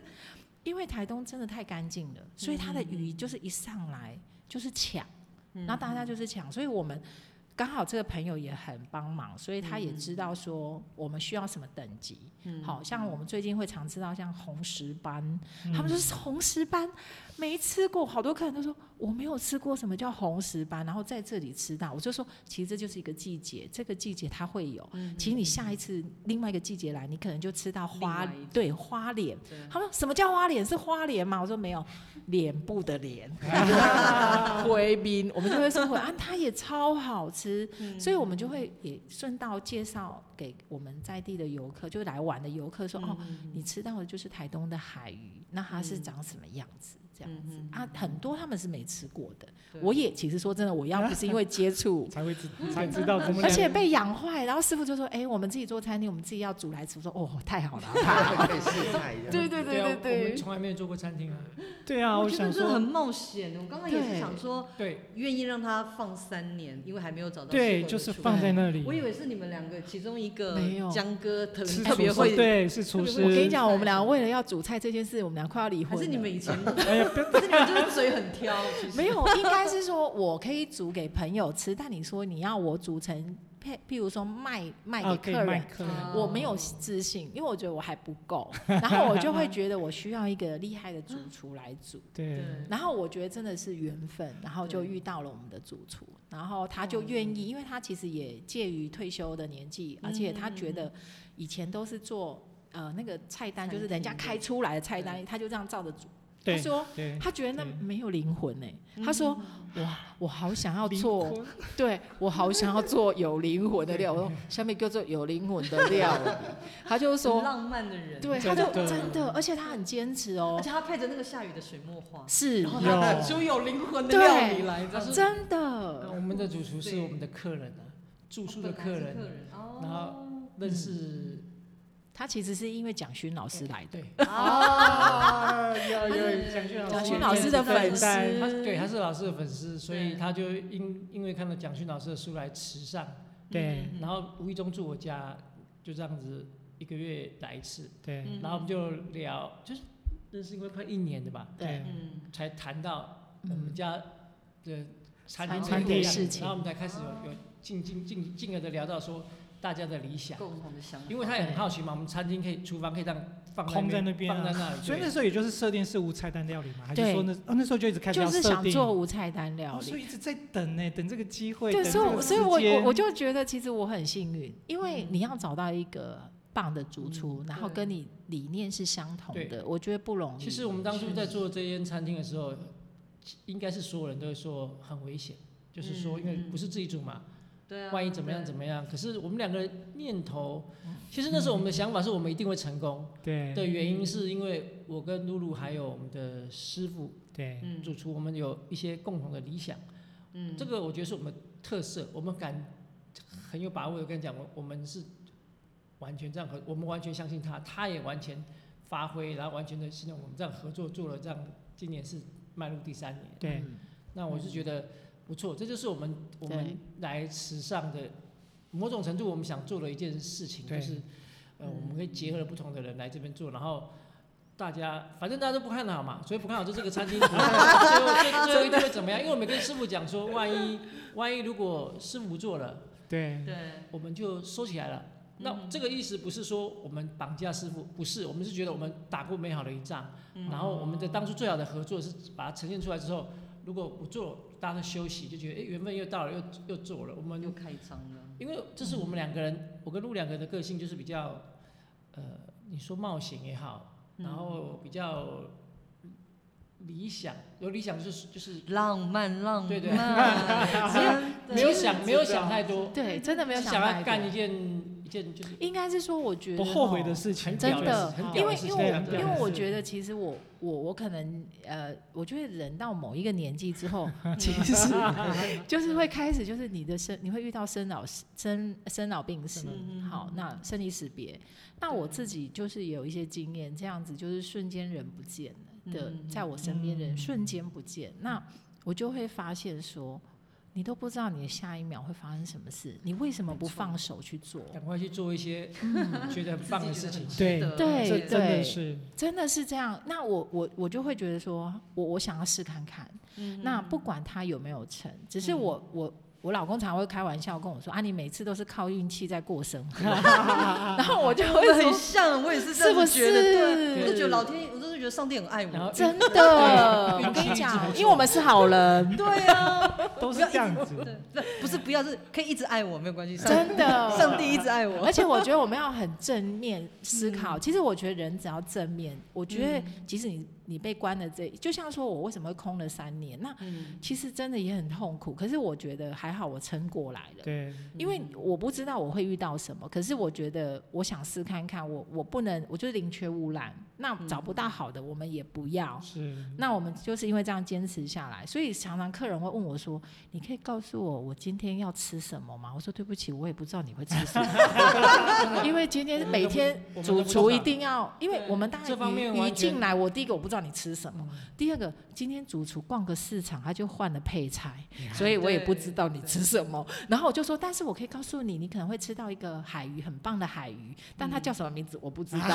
D: 因为台东真的太干净了，所以它的鱼就是一上来就是抢，
B: 嗯
D: 然后大家就是抢，所以我们刚好这个朋友也很帮忙，所以他也知道说我们需要什么等级。
B: 嗯
D: 好像我们最近会常吃到像红石斑，
A: 嗯，
D: 他们说是红石斑没吃过，好多客人都说我没有吃过什么叫红石斑，然后在这里吃到，我就说其实这就是一个季节，这个季节它会有，
B: 嗯
D: 请你下一次另外一个季节来，你可能就吃到花
B: 另外一种
D: 对花脸。
B: 对
D: 他们说什么叫花脸？是花脸吗？我说没有，脸部的 脸，回
B: 嗯
D: 民，我们就会说回啊，它也超好吃，所以我们就会也顺道介绍给我们在地的游客，就来玩的游客说，哦，
B: 嗯
D: 你吃到的就是台东的海鱼，那它是长什么样子？这样子
B: 嗯嗯嗯
D: 啊，很多他们是没吃过的。
B: 对
D: 我也其实说真的，我要不是因为接触
A: 才会知才知道怎么
D: 而
A: 样。
D: 且被养坏，然后师傅就说：“哎、我们自己做餐厅，我们自己要煮来吃。”我说：“哦，太好了。
C: 可以试菜的。
D: 对对
E: 对啊我们从来没有做过餐厅啊。
A: 对啊，
B: 我
A: 我
B: 觉
A: 想
B: 得这很
A: 说，
B: 冒险的。我刚刚也是
D: 对
B: 想说，
E: 对，
B: 愿意让他放三年，因为还没有找到适
A: 对，
B: 合的
A: 就是
B: 厨
A: 放在那里
B: 我以为是你们两个其中一个
D: 没有
B: 江哥特
A: 是
B: 特
A: 厨
B: 别会
A: 师，，对，是厨
B: 特别
A: 师。
B: 会
D: 我跟你讲，我们俩为了要煮菜这件事，我们俩快要离
B: 还
D: 婚了。
B: 是你们以前，
A: 哎呀，不要
B: 还是你们就是嘴很挑，其实
D: 没有，应该是说我可以煮给朋友吃，但你说你要我煮成，譬譬如说卖卖
A: 啊，可
D: 给
A: 以
D: 客
A: 卖
D: 人，
A: 客人。
B: 啊
D: 我没有自信，因为我觉得我还不够，然后我就会觉得我需要一个厉害的主
B: 嗯
D: 厨来煮。
A: 对，
B: 对嗯
D: 然后我觉得真的是缘分，然后就
B: 对嗯
D: 遇到了我们的主厨，然后他就愿意，因为他其实也介于退休的年纪，而且
B: 嗯
D: 他觉得以前都是做呃那个菜单，就是人家
B: 餐厅的
D: 开出来的菜单，他就这样照着煮。他
A: 对，
D: 说
A: 对。
D: 他觉得那
A: 对
D: 没有灵魂哎、
B: 嗯
D: 他说哇，我好想要
A: 灵
D: 做，
A: 魂
D: 对我好想要做有灵魂的料，我说下面叫做有灵魂的料 理，他就
B: 很
D: 说
B: 浪漫的人，
D: 对，他就
A: 真的
D: 真的，而且他很坚持哦
B: 而，且他配着那个下雨的水墨画，
D: 是
B: 然后
A: 有
B: 他煮出有灵魂的料理来，这样子
D: 真
E: 那
D: 的，
E: 我们的主厨是我们的客人啊，住宿的客
B: 本来是
E: 人，
B: 客人
E: 然
B: 哦，
E: 认识
D: 他其实是因为蒋勋老师来的，
E: 对，
B: 哦
A: 啊，有有蒋勋老师，
D: 蒋勋老师的粉丝
A: 对
E: 他对他是老师的粉丝，所以
B: 对
E: 他就因因为看到蒋勋老师的书来池上，
B: 嗯
A: 对
E: 然后无意中住我家，就这样子一个月来一次，
A: 对
B: 嗯
E: 然后我们就聊，就是认识快快一年的吧，
A: 对
B: 嗯，
E: 才谈到我
D: 嗯
E: 们家的餐厅
A: 餐厅
E: 的
A: 的
D: 事情
E: 然后我们才开始有有进进进进而的聊到说大家的理想，
B: 共同的想法，
E: 因为他也很好奇嘛，我们餐厅可以厨房可以这样放
A: 空在
E: 那
A: 那边啊
E: 放在那里，
A: 所以那
E: 对
A: 时候也就是设定是无菜单料理嘛，还是
D: 对
A: 说那哦那时候就一直开始
D: 就
A: 要
D: 是
A: 设
D: 想
A: 定，
D: 做无菜单料
A: 哦所
D: 理。
A: 以一直在等呢，等这个机会，
D: 对，
A: 等
D: 所以
A: 这
D: 我
A: 个
D: 所以
A: 时
D: 我
A: 间
D: 我我就觉得其实我很幸运，因为
E: 嗯
D: 你要找到一个棒的主厨，
B: 嗯
D: 然后
B: 对
D: 跟你理念是相同的，我觉得不容易。
E: 其实我们当初在做这间餐厅的时候，应该是所有人都会说很危险，就是说
B: 嗯
E: 因为不是自己煮嘛，
B: 对啊，
E: 万一怎么样怎
B: 么
E: 么样。可是我们两个念头，其实那时候我们的想法是我们一定会成功
A: 对
E: 的原因，是因为我跟露露还有我们的师傅
A: 对
B: 嗯
E: 主厨，我们有一些共同的理想，
B: 嗯
E: 这个我觉得是我们的特色，我们敢很有把握的跟你讲，我我们是完全这样合，我们完全相信他，他也完全发挥，然后完全的信任我们这样合作做了这样，今年是迈入第三年，
A: 对
D: 嗯
E: 那我是觉得不错，这就是我们我们来时尚的某种程度我们想做的一件事情，
A: 对
E: 就是呃我们可以结合了不同的人来这边做，然后。大家反正大家都不看好嘛，所以不看好就这个餐厅，最 后最后最后一定会怎么样？因为我们跟师傅讲说，万一万一如果师傅不做了，
A: 对
B: 对，
E: 我们就收起来了。那
B: 嗯
E: 这个意思不是说我们绑架师傅，不是，我们是觉得我们打过美好的一仗，
B: 嗯
E: 然后我们的当初最好的合作是把它呈现出来之后，如果不做，大家都休息，就觉得哎缘分又到了，又又做了。我们
B: 又开张了，
E: 因为这是我们两个人，我跟陆两个人的个性就是比较，呃，你说冒险也好，然
B: 嗯
E: 后比较理想，有理想就是就是
B: 浪漫浪漫，
E: 对对
B: 真的
E: 没有想没有想太多，
D: 对，真的没有
E: 是想
D: 太
E: 要干
D: 多
E: 一件一件就是
D: 嗯应该是说我觉得
A: 不后悔
D: 哦
A: 的事情，
E: 很
D: 真
E: 屌
D: 的
E: 很，
D: 因
E: 屌
D: 为
E: 的事
D: 因
E: 情
D: 为
A: 很
D: 我
A: 屌
D: 因
A: 的
D: 为我
A: 事
D: 觉得其实我我我可能呃，我觉得人到某一个年纪之后， 其
B: 嗯
D: 实就是会开始就是你的生你会遇到生老死生生老病死，
B: 嗯
D: 好，那生离死别。那我自己就是有一些经验，这样子就是瞬间人不见了的
B: 嗯，
D: 在我身边人
A: 嗯
D: 瞬间不见，那我就会发现说。你都不知道你的下一秒会发生什么事，你为什么
B: 没
D: 不
B: 错
D: 放手去做？
E: 赶快去做一些 觉得很棒的事情。
A: 对这
D: 对对
A: 真的是
D: 真的是这样。那我我我就会觉得说，我我想要试看看。
B: 嗯
D: 那不管它有没有成，只是我、我我老公常会开玩笑跟我说啊，你每次都是靠运气在过生 活。然后我就会
B: 我很
D: 说，
B: 像，我也是这
D: 是
B: 样
D: 不
B: 子觉得，对，
D: 是
B: 我？就觉得老天，我真的觉得上帝很爱
E: 然后
B: 我，
D: 真的，
E: 对
D: 我
E: 运
D: 跟
E: 气
D: 你
E: 一直
D: 讲
E: 不，错
D: 因为我们是好人，
B: 对啊，
A: 都是这样子，
B: 对，对不是不要，是可以一直爱我，没有关系，上
D: 真的。
B: 上帝一直爱我
D: 而，且我
E: 嗯
D: 觉得我们要很正面思考。其实我觉得人只要正面，我觉得即使你你被关了这，就像说我为什么会空了三年，那
B: 嗯，
D: 其实真的也很痛苦。可是我觉得还好，我撑过来了。
A: 对，
D: 因为我不知道我会遇到什么，可是我觉得我想试看看，我我不能，我就是宁缺毋滥。那
B: 嗯
D: 找不到好的，我们也不要。
A: 是，
D: 那我们就是因为这样坚持下来，所以常常客人会问我说：“你可以告诉我我今天要吃什么吗？”我说：“对不起，我也不知道你会吃什么， 因为今天每天
E: 我们都不我们都
D: 主
E: 不
D: 厨
E: 知
D: 一
E: 道
D: 定要，因为
E: 对
D: 我们大概
E: 这方面
D: 鱼鱼
E: 完全
D: 进来，我第一个我不知道你吃什么，
E: 嗯
D: 第二个今天主厨逛个市场他就换了配菜，所以我也不知道你吃什么。然后我就说，但是我可以告诉你，你可能会吃到一个海鱼，很棒的海鱼，但它叫什么名字我不知道。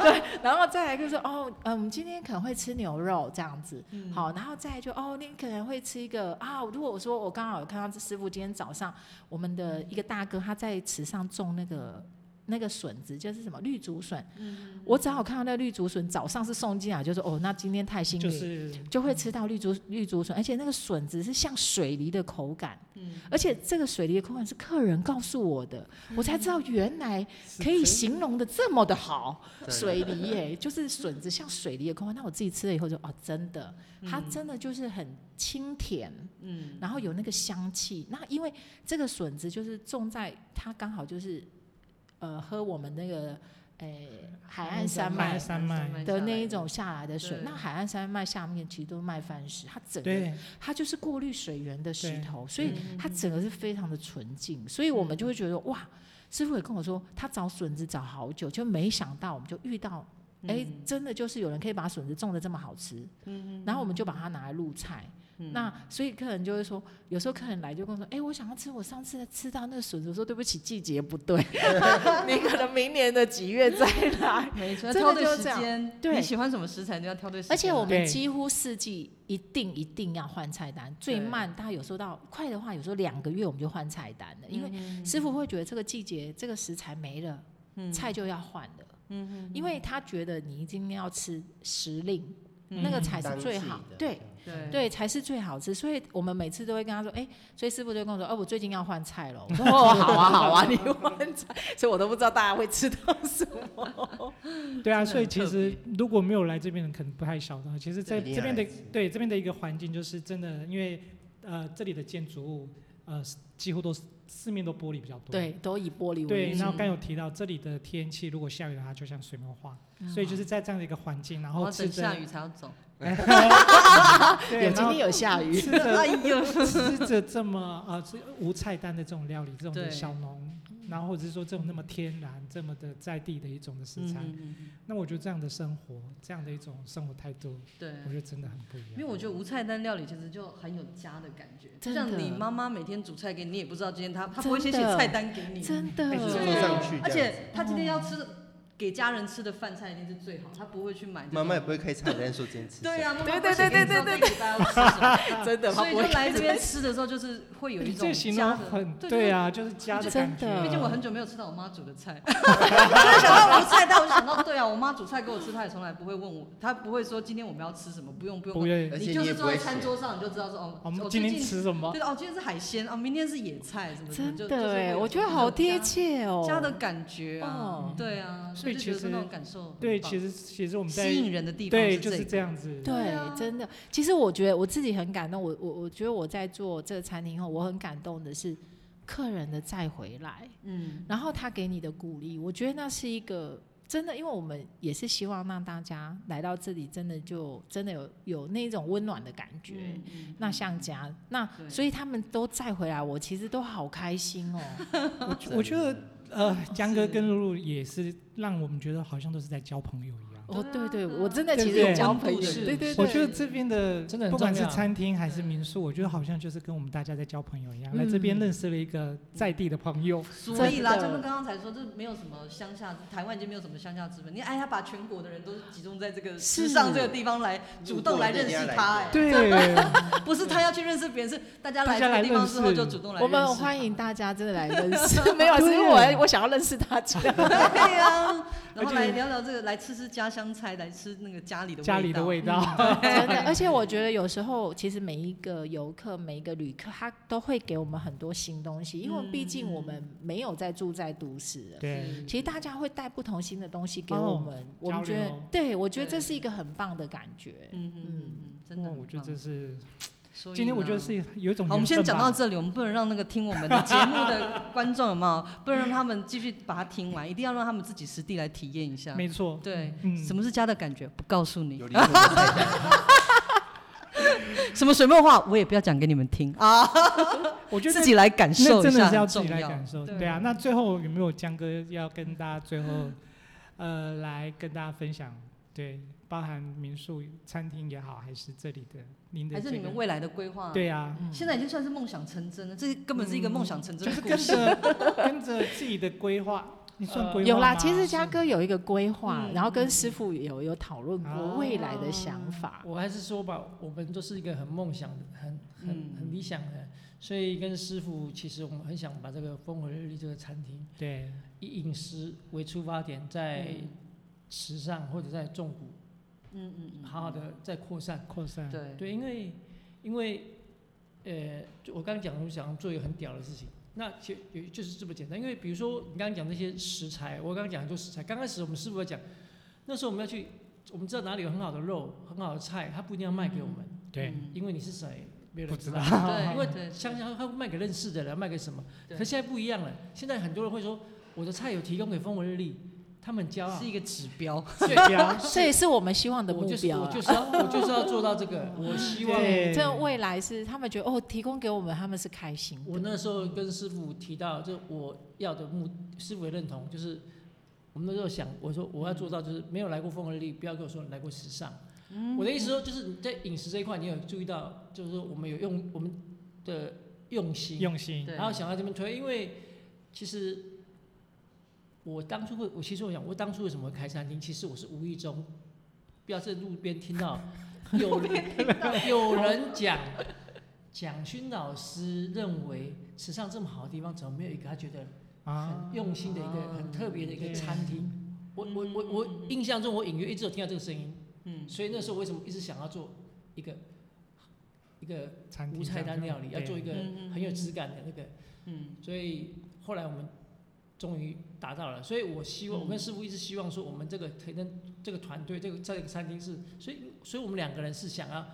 D: 对，然后再来就是说哦，嗯，我们今天可能会吃牛肉这样子。
B: 嗯
D: 好，然后再来就哦，你可能会吃一个啊。如果我说我刚好有看到这师傅今天早上，我们的一个大哥他在池上种那个那个笋子，就是什么绿竹笋。
B: 嗯
D: 我只好看到那绿竹笋早上是送进来，就说哦，那今天太辛苦
A: 就
D: 了，
A: 是
D: 就会吃到绿竹绿竹笋，而且那个笋子是像水梨的口感，
B: 嗯
D: 而且这个水梨的口感是客人告诉我的，我才知道原来可以形容的这么的好。
C: 对
D: 水梨耶、就是笋子像水梨的口感，那我自己吃了以后就哦，真的，它
B: 嗯
D: 真的就是很清甜，
B: 嗯
D: 然后有那个香气。那因为这个笋子就是种在它刚好就是呃喝我们那个。诶、海岸山脉
A: 卖山脉，
D: 的那一种下来的水
B: 对，
D: 那海岸山脉下面其实都卖饭石，它整个
A: 对，
D: 它就是过滤水源的石头，所以
B: 嗯
D: 它整个是非常的纯净，所以我们就会觉得哇，师傅也跟我说，他找笋子找好久，就没想到我们就遇到，哎、真的就是有人可以把笋子种的这么好吃，
B: 嗯
D: 然后我们就把它拿来入菜。
B: 嗯
D: 那所以客人就会说，有时候客人来就跟我说，哎、我想要吃我上次吃到那个笋子，我说对不起，季节不对， 你可能明年的几月再来。
B: 没错，
D: 真
B: 挑
D: 的
B: 对
D: 就
B: 时
D: 这样
B: 间，
D: 对
B: 你喜欢什么食材就要挑对时间啊。
D: 而且我
A: 对
D: 们几乎四季一定一定要换菜单，最慢大概有时候到快的话，有时候两个月我们就换菜单
B: 嗯
D: 了，因为
A: 嗯
B: 为
D: 师傅会觉得这个季节这个食材没了，菜就要换了，
B: 嗯
D: 因为他觉得你一定要吃时令，
B: 嗯
D: 那个才是
C: 当
D: 最
C: 季
D: 好
A: 嗯
C: 的，
D: 对
C: 这。样
B: 对
D: 对，才是最好吃，所以我们每次都会跟他说，哎、所以师傅就跟我说，哦、我最近要换菜了。我说，哦，好啊，好啊，你换菜，所以我都不知道大家会吃到什么。
A: 对啊，
B: 真的
A: 所以
B: 很
A: 其
B: 特
A: 实如果没有来这边的，可能不太晓得。其实在
C: 对
A: 这边的
C: 一定要来吃
A: 对这边的一个环境，就是真的，因为呃这里的建筑物呃几乎都是四面都玻璃比较多。
D: 对，都以玻璃为
A: 对，
D: 主。
A: 然后
B: 嗯
A: 刚有提到这里的天气，如果下雨的话，就像水墨画，所以就是在这样的一个环境，然
B: 然
A: 后
B: 后嗯哦等
A: 吃
B: 下
A: 着
B: 雨 才要 走。
A: 对，
D: 有
A: 然
D: 今
A: 后
D: 天有下 雨，
A: 吃着
B: 哎呦，
A: 吃着这么呃这无菜单的这种料理，这种的
B: 对
A: 小农，然后或者是说这种那么天然、这么的在地的一种的食材，
B: 嗯，
A: 那我觉得这样的生活，这样的一种生活态度，
B: 对。
A: 我觉得真的很不一样。
B: 因为我觉得无菜单料理其实就很有家的感觉，就
D: 真
B: 像
D: 的
B: 你妈妈每天煮菜给你，你也不知道今天她她
D: 真的
B: 不会先写菜单给你，
D: 真的
A: 哎
B: 对
A: 这
C: 送
A: 么
B: 啊
C: 上去
B: 而
C: 这样
B: 且她今天要吃的给家人吃的饭菜一定是最好，她不会去买这种。
C: 妈妈也不会开菜单说今天吃
B: 对啊
C: 什
B: 呀，
C: 么，
B: 妈妈不会
D: 对对
B: 写给你
D: 对
B: 知道
D: 对
B: 这个大家要吃什么
D: 真的，
B: 所以就来这边
D: 对哎
B: 吃的时候就是会有一
A: 你
B: 种
A: 这形容
B: 家的
A: 很
B: 对
A: 对啊，就是家的
D: 真
A: 感
D: 的
A: 觉。
B: 毕竟我很久没有吃到我妈煮的 菜，我就想到我的菜单，我就想到对啊，我妈煮菜给我吃，她也从来不会问我，她不会说今天我们要吃什么，不用不
A: 不
B: 用，
A: 愿
C: 而
A: 意，
B: 你
C: 且你
B: 就
C: 也
B: 是
C: 不
B: 坐在
C: 会
B: 餐
C: 写
B: 桌上你就知道说哦，
A: 我们
B: 我
A: 今天
B: 最近
A: 吃什么？
B: 对哦，今天是海鲜哦，明天是野菜什么什么，就
D: 真
B: 就是
D: 的
B: 会
D: 哎，
B: 有
D: 我觉得好贴切哦
B: 这种，家的感觉啊
D: 哦，
B: 对啊，
A: 所以
B: 就觉得
A: 其实
B: 那种感受很棒，
A: 对，其实其实我们在
B: 吸引人的地方
A: 对
B: 这
A: 就是
B: 个
A: 这样子。
B: 对
D: 对
B: 啊，
D: 真的。其实我觉得我自己很感动，我我我觉得我在做这个餐厅后，我很感动的是客人的再回来，
B: 嗯
D: 然后他给你的鼓励，我觉得那是一个。真的，因为我们也是希望让大家来到这里，真的就真的有有那种温暖的感觉。
B: 嗯嗯
D: 那像家，那
B: 对
D: 所以他们都再回来，我其实都好开 心哦。
A: 我觉我觉得呃，江哥
B: 是
A: 跟露露也是让我们觉得好像都是在交朋友一样。
D: 哦，
B: 对啊
D: 对对，我真的
A: 对
D: 其实
A: 对
D: 有交
E: 温
D: 朋友，
E: 度是
D: 对对对，
A: 我觉得这边的
E: 真的很
A: 不管
E: 重
A: 是
E: 要
A: 餐厅还是
B: 啊对
A: 民宿，我觉得好像就是跟我们大家在交朋友一样，
D: 嗯
A: 来这边认识了一个在地的朋 友。
B: 所以啦，
D: 真的
B: 他们刚刚才说，这没有什么乡下，台湾已经没有什么乡下之分。你哎，他把全国的人都集中在这个
D: 是
B: 时尚这个地方来，主动来认识他，哎，
A: 对，
B: 不是他要去认识别人，是大家来
A: 大家
B: 这
A: 来
B: 个地方
A: 认识
B: 之后就主动来
D: 我
B: 认识
D: 们
B: 他。
D: 很欢迎大家真的来认识， 没有，
A: 对
D: 是因为我我想要认识大家。
B: 对呀、然
A: 而
B: 后
A: 且
B: 来聊聊这个，来吃吃家香菜来吃那个家里的
A: 家里的味道。
D: 真的，而且我觉得有时候其实每一个游客、每一个旅客，他都会给我们很多新东西，因为毕竟我们没有在住在都市了。
A: 嗯对，
D: 其实大家会带不同新的东西给
A: 哦
D: 我们，我
A: 交
D: 们觉得
A: 流，
D: 对我觉得
B: 对
D: 这是一个很棒的感觉。
B: 嗯嗯嗯嗯，真的
A: 哇
B: 很棒。
A: 哦我觉得这是
B: 所以
A: 今天我觉得
B: 呢
A: 是有一种
B: 好，我们
A: 缘
B: 先
A: 分
B: 讲
A: 吧
B: 到这里，我们不能让那个听我们的节目的观众有没有，不能让他们继续把它听完，一定要让他们自己实地来体验一下。
A: 没错，
B: 对，
A: 嗯，
B: 什么是家的感觉？不告诉你
C: 有。灵魂的 菜单。
B: 什么水墨画，我也不要讲给你们听啊，
A: 我觉得
B: 自己来感
A: 那
B: 受一
A: 真的
B: 下，
A: 是要
B: 很
A: 自
B: 重
A: 己来
B: 要
A: 感。受。
B: 对
A: 对啊，那最后有没有江哥要跟大家最后呃来跟大家分享？对，包含民宿、餐厅也好，还是这里的您的
B: 还
A: 这
B: 是你们
A: 个
B: 未来的规划？，
A: 对啊，
D: 嗯
B: 现在已经算是梦想成真了，这根本是一个梦想成
A: 就
B: 真的
A: 是
B: 故
A: 跟
B: 事。
A: 着跟着自己的规划，你算
E: 呃
A: 规划
D: 有啦，
A: 吗
D: 其实嘉哥有一个规划，
B: 嗯
D: 然后跟师傅有有讨论
A: 哦
D: 过未来的想法。
E: 我还是说吧，我们都是一个很梦想的、很很
B: 嗯
E: 很理想的，所以跟师傅其实我们很想把这个风和日丽这个餐厅
A: 对
E: 以饮食为出发点，在
B: 嗯
E: 时尚或者在重谷
B: 嗯嗯嗯，
E: 好好的再扩散。
A: 扩散，
B: 对
E: 对，因为因为呃，就我刚刚讲，我想做一个很屌的事情。那其实也就是这么简单，因为比如说你刚刚讲那些食材，我刚刚讲很多食材。刚开始我们师傅在讲，那时候我们要去，我们知道哪里有很好的肉、很好的菜，他不一定要卖给我们，
A: 对，
B: 嗯
E: 因为你是谁，没有
A: 不
E: 人
A: 知
E: 知
A: 道
E: 道。
B: 对，
E: 因为
B: 对
E: 香香他会卖给认识的人，卖给什么？
B: 对
E: 可现在不一样了，现在很多人会说，我的菜有提供给风和日丽，他们很骄傲
B: 是。一个指标。
E: 对呀，
D: 这也是我们希望的
E: 我
D: 目
E: 就是
D: 标
E: 我
D: 啊
E: 就。是要我就是要做到这 个，我希望
A: 对
D: 这未来是他们觉得哦，提供给我们，他们是开心
E: 我
D: 的。
E: 那时候跟师傅提到，就我要的目，师傅也认同，就是我们那时候想，我说我要做到，就是没有来过风和日丽，不要跟我说你来过时尚。
A: 嗯
E: 我的意思说，就是你在饮食这一块，你有注意到，就是说我们有用我们的用心，
A: 用心
B: 对
E: 然后想要这边推，因为其实我当初会，我其实我想，我当初为什么会开餐厅？其实我是无意中，不要在路边听 到有有人讲，蒋勋老师认为时尚这么好的地方，怎么没有一个他觉得
A: 啊，
E: 很用心的一个
B: 啊
E: 很特别的一
A: 对
E: 个餐厅？我我我我印象中，我隐约一直有听到这个声音，
B: 嗯，
E: 所以那时候为什么一直想要做一个一个
A: 餐厅
E: 无菜单料理，要做一
A: 个
E: 个
B: 嗯嗯
E: 很有
B: 嗯
E: 质感的那个。
B: 嗯
E: 所以后来我们终于达到了。所以我希望，
B: 嗯
E: 我跟师傅一直希望说，我们这个可能这个团队，这个在这个餐厅是，所以所以我们两个人是想要，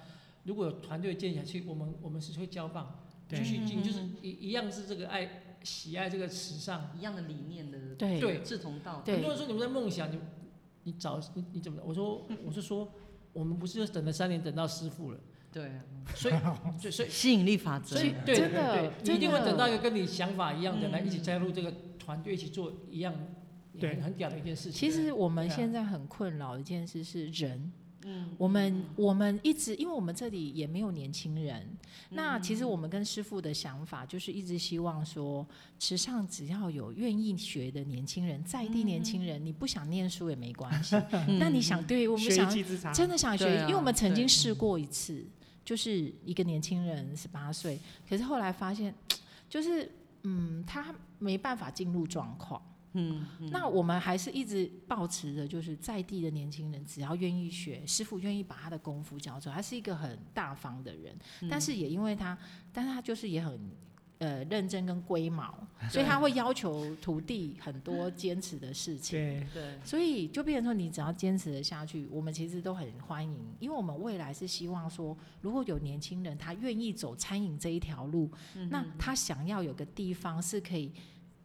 E: 如果有团队建立下去，我们我们是会交棒，继
A: 对
E: 续进，就是
B: 嗯
E: 一一样是这个爱喜爱这个时尚。
B: 一样的理念的，
D: 对
E: 对
B: 志同道合。
D: 对
E: 很多人说你们在梦想，你你找你你怎么了？我说
D: 嗯
E: 我是说，我们不是就等了三年等到师傅了，
B: 对啊，
E: 所以所以所以
B: 吸引力法则
E: 所。以对
D: 真
E: 对
D: 的
E: 对，
D: 真
E: 你一定会
D: 的
E: 等到一个跟你想法一样的
B: 嗯
E: 来一起加入这个团队，一起做一样也
A: 对
E: 很很屌的一件事情。
D: 其实我们
E: 对啊
D: 现在很困扰的一件事是人，
B: 嗯
D: 我们我们一直因为我们这里也没有年轻人，
E: 嗯
D: 那其实我们跟师傅的想法就是一直希望说，时尚只要有愿意学的年轻人，在地年轻
E: 嗯
D: 人，你不想念书也没关 系，那你想对我们
A: 学一
D: 想
A: 技之长，
D: 真的想学，
B: 对啊
D: 因为我们曾
B: 对
D: 经试过一次，就是一个年轻人十八岁，可是后来发现，就是嗯，他没办法进入状况。
B: 嗯，
D: 那我们还是一直保持着，就是在地的年轻人，只要愿意学，师傅愿意把他的功夫教出来，他是一个很大方的人。但是也因为他，但是他就是也很呃认真跟龟毛，所以他会要求徒弟很多坚持的事情。
A: 对
B: 对，
D: 所以就变成说，你只要坚持的下去，我们其实都很欢迎，因为我们未来是希望说，如果有年轻人他愿意走餐饮这一条路，
B: 嗯
D: 那他想要有个地方是可以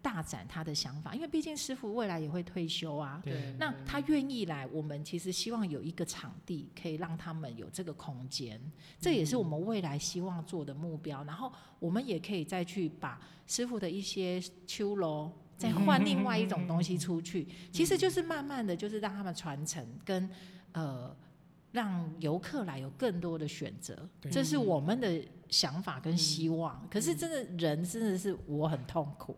D: 大展他的想法，因为毕竟师傅未来也会退休啊。
A: 对
D: 那他愿意来，我们其实希望有一个场地可以让他们有这个空间，这也是我们未来希望做的目标。然后我们也可以再去把师傅的一些秋楼。再换另外一种东西出去，其实就是慢慢的就是让他们传承跟呃，让游客来有更多的选择，
A: 对
D: 这是我们的想法跟希望。可是真的人真的是我很痛苦，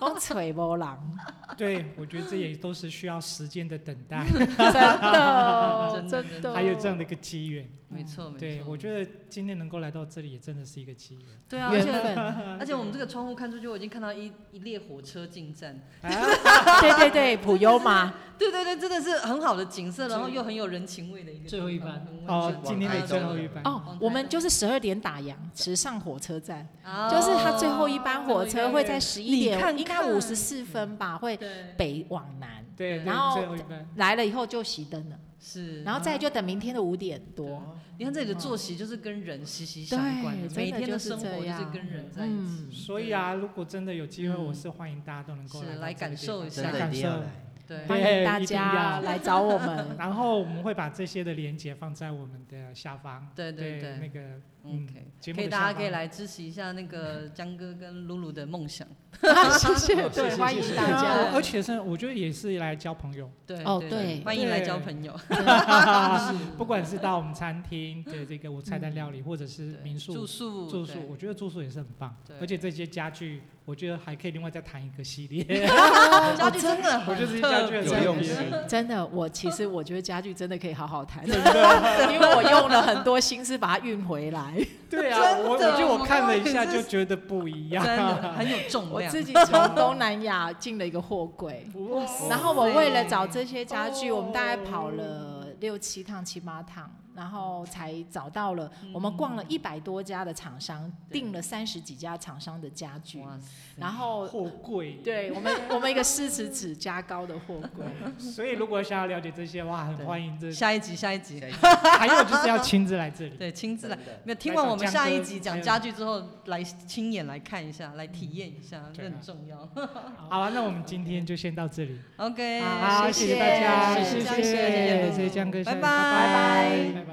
D: 我吹波浪，
A: 对，我觉得这也都是需要时间的等待，
D: 真的
B: 真的
D: 真
B: 真的
D: 的，
A: 还有这样的一个机缘。
B: 没错没错。
A: 对，我觉得今天能够来到这里，也真的是一个机缘。
B: 对啊，而
D: 缘
B: 且
D: 分，
B: 而且我们这个窗户看出去，我已经看到一一列火车进站。
D: 对对对，普悠嘛，
B: 对对对，真的是很好的景色，然后又很有人情味的一个地方
E: 最后一班
B: 很温
A: 哦
B: 馨，
A: 今天
C: 台
A: 的
C: 中
A: 最后一班
D: 哦，我们就是十二点打烊，直上火车站，
B: 啊
D: 就是它最后一班火车会在十一
B: 你看看
D: 点，应该五十四分吧，会
B: 对
D: 北往南。
A: 对，
D: 然后
A: 最后一班，
D: 来了以后就熄灯了，
B: 是，
D: 然后再就等明天的五点多。
B: 你看这里的作息就是跟人息息相关的，
D: 对
B: 每一天
D: 真的就是
B: 生活
D: 这
B: 就是
D: 样
B: 跟人在一起，
D: 嗯，
A: 所以啊，如果真的有机会，
B: 嗯
A: 我是欢迎大家都能够
B: 是
A: 来
B: 来
A: 到这个
B: 感
A: 地方
B: 受一
C: 真
B: 下
C: 的一定要来。
B: 对，
D: 欢
A: 对
D: 迎大
A: 一定要
D: 家来找我们。
A: 然后我们会把这些的连接放在我们的下方，
B: 对
A: 对
B: 对对
A: 那个嗯
B: OK，
A: 节目
B: 可以
A: 的
B: 大
A: 下
B: 家可以
A: 方
B: 来支持一下 那个江哥跟露露的梦
A: 哦
B: 想，
D: 谢谢，
E: 谢
D: 对，
E: 谢
D: 欢
E: 谢
D: 迎
E: 谢
D: 大
A: 啊
D: 家
A: 而。且是我觉得也是来交朋友，
B: 对
D: 哦对
B: 欢迎来交
A: 对
B: 朋友，
A: 不管是到我们餐厅的这个我菜单料理，或者是
B: 对
A: 民宿
B: 住宿
A: 住
B: 对
A: 宿，我觉得住宿也是很棒
B: 对，
A: 而且这些家具，我觉得还可以另外再谈一个系列，
B: 家具真的很
A: 哦我觉得这些家具很
C: 有
A: 特
C: 用
A: 别
C: 心
D: 真的，我其实我觉得家具真的可以好好谈，对不对？因为我用了很多心思把它运回来，
A: 对啊，我我
B: 真的
A: 觉得我看了一
B: 我
A: 下
B: 刚刚也
A: 就是觉得不一
B: 真
A: 样，
B: 的很有重
D: 我
B: 量，
D: 自己从东南亚进了一个货柜，
A: 哇塞
D: 然后我为了找这些家具，
A: 哦
D: 我们大概跑了六七趟、七八趟，然后才找到了。我们逛了一百多家的厂商，
B: 对
D: 订了三十几家厂商的家具，
B: 嗯哇塞，
D: 然后。
A: 货柜，
D: 对我们，我们一个四十指加高的货柜，
A: 所以如果想要了解这些的话，很
B: 对
A: 欢迎这，
B: 下一集下一集，
A: 还有就是要亲自来这里，
B: 对，亲自来。
C: 真的
B: 没有听完我们下一集
A: 来
B: 讲
A: 找江哥
B: 家具之后，来亲眼来看一下，来体验一下，这
A: 对啊
B: 很重要。
A: 好了，那我们今天就先到这里。
B: OK，
A: 好，谢
D: 谢
A: 谢大家，
D: 谢
A: 谢
D: 谢
A: 谢，谢谢江哥，
B: 拜拜
A: 拜拜。拜拜